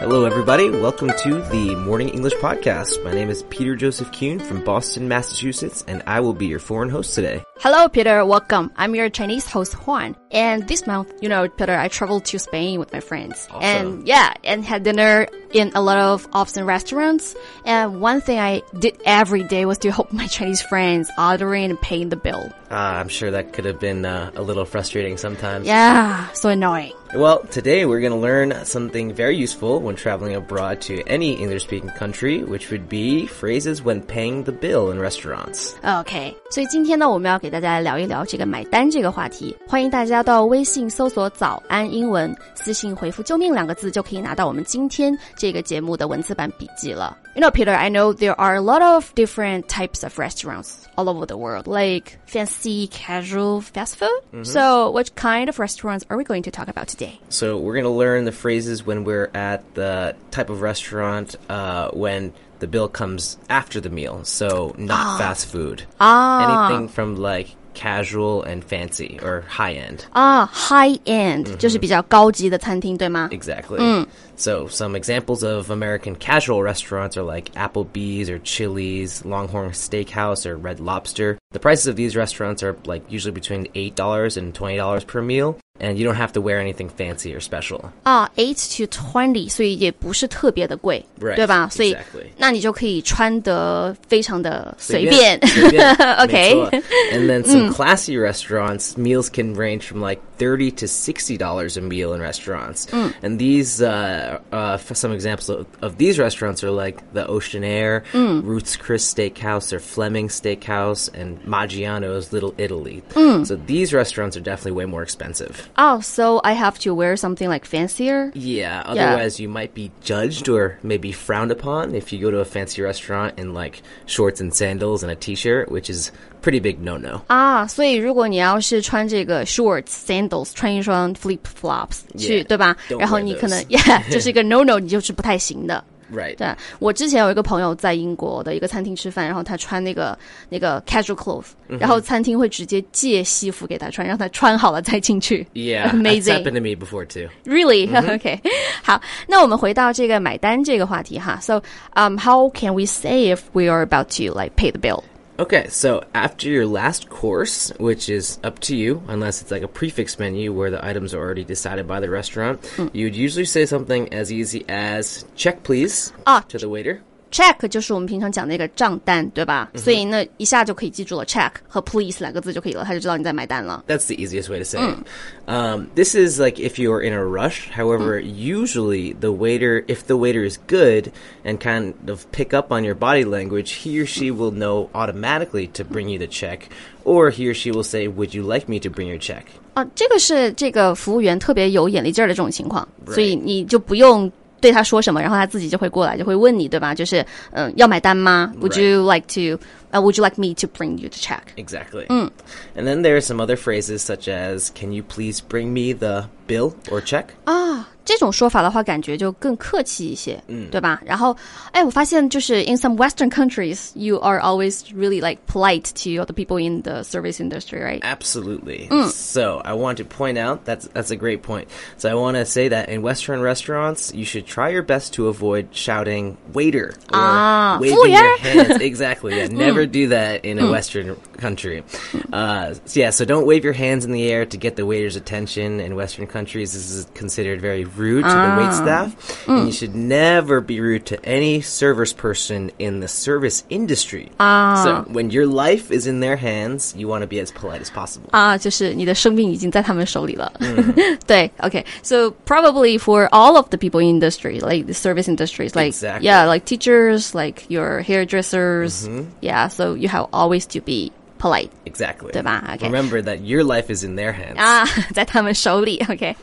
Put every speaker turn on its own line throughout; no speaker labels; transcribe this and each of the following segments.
Hello, everybody. Welcome to the Morning English Podcast. My name is Peter Joseph Kuhn from Boston, Massachusetts, and I will be your foreign host today.
Hello, Peter. Welcome. I'm your Chinese host, Juan. And this month, you know, Peter, I traveled to Spain with my friends.
Awesome.
And yeah, and had dinner in a lot of option restaurants. And one thing I did every day was to help my Chinese friends ordering and paying the bill.
Ah, I'm sure that could have been uh, a little frustrating sometimes.
Yeah, so annoying.
Well, today we're going to learn something very useful when traveling abroad to any English speaking country, which would be phrases when paying the bill in restaurants.
OK，所以今天呢，我们要给大家聊一聊这个买单这个话题。欢迎大家到微信搜索“早安英文”，私信回复“救命”两个字，就可以拿到我们今天这个节目的文字版笔记了。You know, Peter, I know there are a lot of different types of restaurants all over the world, like fancy, casual, fast food. So, what kind of restaurants are we going to talk about today?
So we're going to learn the phrases when we're at the type of restaurant uh, when the bill comes after the meal. So not fast food. Ah. Anything from like casual and fancy or high end.
啊、h i g h end、就是 Mm-hmm. 比较高级的餐厅，对吗？
Exactly. So some examples of American casual restaurants are like Applebee's or Chili's, Longhorn Steakhouse or Red Lobster. The prices of these restaurants are like usually between $8 and $20 per meal, and you don't have to wear anything fancy or special.
啊、e i g h t to twenty，所以也不是特别的贵
Right,
对吧？所以
exactly.
那你就可以穿得非常的随便
便。随便没
OK，
错 And then some classy restaurants meals can range from like thirty to sixty dollars a meal in restaurants. And these uh, uh, for some examples of, of these restaurants are like the Ocean Air, Ruth's Chris Steakhouse, or Fleming Steakhouse, and Maggiano's Little Italy. So these restaurants are definitely way more expensive.
哦、s o Oh, I have to wear something like fancier。
Yeah. Otherwise, you might be judged or maybe frowned upon if you go to a fancy restaurant in like shorts and sandals and a t-shirt, which is pretty big no-no.
啊、所以如果你要是穿这个 shorts、sandals，穿一双 flip flops 去
Yeah，
对吧
don't？
然后
wear
你可能
those
yeah，就是一个 no no，你就是不太行的。
Right.
对我之前有一个朋友在英国的一个餐厅吃饭，然后他穿那个那个 casual clothes，、然后餐厅会直接借西服给他穿，让他穿好了再进去。
Yeah, that's
amazing.
happened to me before too.
Really? Okay. 好，那我们回到这个买单这个话题哈。So, um, how can we say if we are about to like pay the bill?
Okay, so after your last course, which is up to you, unless it's like a prefix menu where the items are already decided by the restaurant,
Hmm.
you'd usually say something as easy as check please
Ah.
to the waiter.
Check 就是我们平常讲那个账单，对吧？所以那一下就可以记住了 check 和 please 两个字就可以了，他就知道你在买单了。
That's the easiest way to say it. Um, this is like if you're in a rush. However, usually the waiter, if the waiter is good and kind of pick up on your body language, he or she will know automatically to bring you the check, or he or she will say, "Would you like me to bring your check?"
啊，这个是这个服务员特别有眼力劲儿的这种情况，所以你就不用对他说什么，然后他自己就会过来，就会问你，对吧？就是嗯、要买单吗？Would you like to？呃、w o u l d you like me to bring you the check？
Exactly. And then there are some other phrases such as, "Can you please bring me the bill or check?"
啊，这种说法的话，感觉就更客气一些，嗯，对吧？然后，哎，我发现就是 in some Western countries, you are always really like polite to other people in the service industry, right? Mm.
Absolutely. So I want to point out that's that's a great point. So I want to say that in Western restaurants, you should try your best to avoid shouting "waiter" or
Ah,
waving
fool,
your
yeah. Mm.
hands. Exactly. Yeah, never do that in a Western country. Uh, so yeah. So don't wave your hands in the air to get the waiter's attention. In Western countries, this is considered very rude to the
Ah.
wait staff, and you
Mm.
should never be rude to any service person in the service industry. Ah. So when your life is in their hands, you want to be as polite as possible.
啊，就是你的生命已经在他们手里了。 对，OK，so、probably for all of the people in industry, like the service industries, like
Exactly.
yeah, like teachers, like your hairdressers, yeah, so you have always to be polite.
Exactly.
对吧？Okay.
Remember that your life is in their hands.
啊， 在他们手里，OK，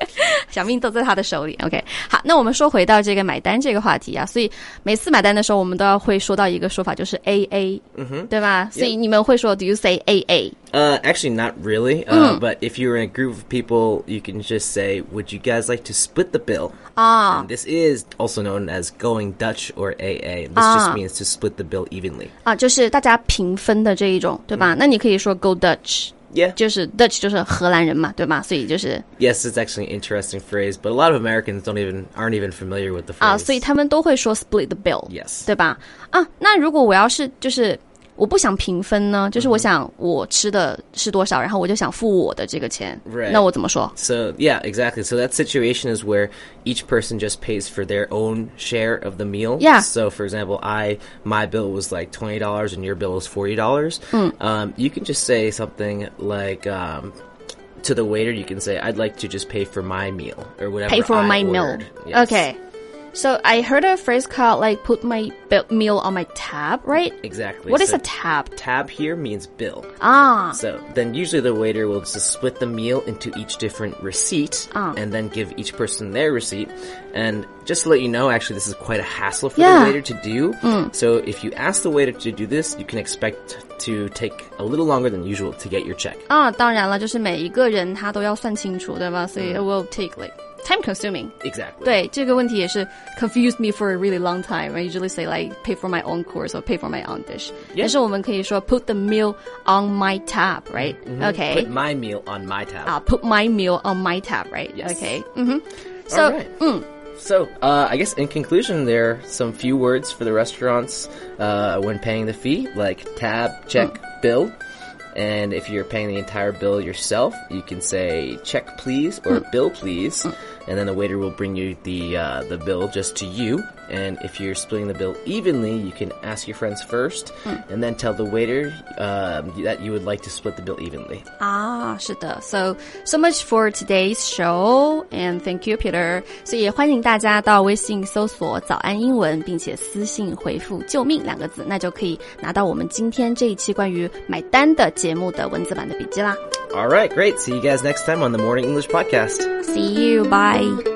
小 命都在他的手里，OK。好，那我们说回到这个买单这个话题啊，所以每次买单的时候，我们都要会说到一个说法，就是 AA，嗯哼，对吧？所以你们会说 Do you say AA？
Uh, actually, not really. Uh, But if you're in a group of people, you can just say, "Would you guys like to split the bill?" Ah. this is also known as going Dutch or AA. And this just means to split the bill evenly.
啊，就是大家平分的这一种，对吧？那你可以说 Go Dutch，
Yeah.
就是 Dutch 就是荷兰人嘛，对吧？所以就是
yes, it's actually an interesting phrase, but a lot of Americans don't even aren't even familiar with the phrase.
啊，所以他们都会说 split the bill，、
Yes.
对吧？啊，那如果我要是就是我不想平分呢，就是我想我吃的是多少，然后我就想付我的这个钱
Right
那我怎么说？
So yeah, exactly. So that situation is where each person just pays for their own share of the meal.
Yeah.
So for example, I my bill was like twenty dollars and your bill was forty dollars.
Hmm.
Um, you can just say something like um, to the waiter. You can say, "I'd like to just pay for my meal or whatever."
Pay for
I
my meal.
ordered." Yes.
Okay. So I heard a phrase called like put my bill- meal on my tab, right?
Exactly.
What is
So
a tab?
Tab here means bill.
Ah,
So then usually the waiter will just split the meal into each different receipt
Ah.
and then give each person their receipt. And just to let you know, actually this is quite a hassle for
Yeah. Mm.
the waiter to do. So if you ask the waiter to do this, you can expect to take a little longer than usual to get your check.
啊，当然了，就是每一个人他都要算清楚，对吧？所以 it will take like time consuming.
Exactly.
对这个问题也是 confused me for a really long time. I usually say like pay for my own course or pay for my own dish. 但是我们可以说 put the meal on my tab, right?
Mm-hmm.
Okay.
Put my meal on my tab.
啊、p u t my meal on my tab, right?
Yes.
Okay. 嗯哼。So,
right. So, uh, I guess in conclusion, there are some few words for the restaurants uh, when paying the fee, like tab, check, bill. And if you're paying the entire bill yourself, you can say check please or bill please, and then the waiter will bring you the uh, the bill just to you. And if you're splitting the bill evenly, you can ask your friends first, and then tell the waiter um, that you would like to split the bill evenly.
啊，是的，so so much for today's show and thank you Peter。所以也欢迎大家到微信搜索“早安英文”，并且私信回复“救命”两个字，那就可以拿到我们今天这一期关于买单的节目的文字版的笔记啦。
All right, great. See you guys next time on the Morning English Podcast.
See you, bye.